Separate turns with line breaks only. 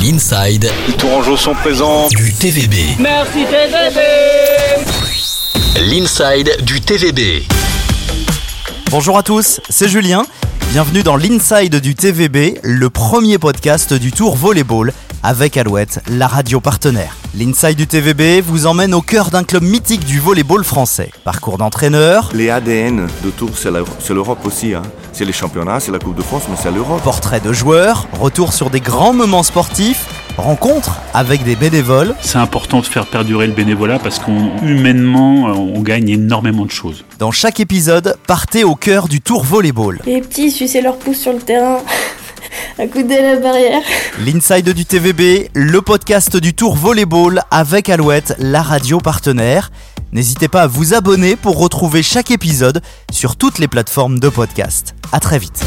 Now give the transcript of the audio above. l'inside
Les Tourangeaux sont présents.
du TVB.
Merci TVB
L'inside du TVB.
Bonjour à tous, c'est Julien. Bienvenue dans l'Inside du TVB, le premier podcast du Tour Volleyball avec Alouette, la radio partenaire. L'Inside du TVB vous emmène au cœur d'un club mythique du volleyball français. Parcours d'entraîneur,
Les ADN de Tours, c'est la- c'est l'Europe aussi. hein. C'est les championnats, c'est la Coupe de France, mais c'est l'Europe.
portrait de joueurs, retour sur des grands moments sportifs, rencontres avec des bénévoles.
C'est important de faire perdurer le bénévolat parce qu'on humainement euh, on gagne énormément de choses.
Dans chaque épisode, partez au cœur du Tour Volleyball.
Les petits suçaient leur pouce sur le terrain, à couder la barrière.
L'Inside du TVB, le podcast du Tour Volleyball avec Alouette, la radio partenaire. N'hésitez pas à vous abonner pour retrouver chaque épisode sur toutes les plateformes de podcast. À très vite.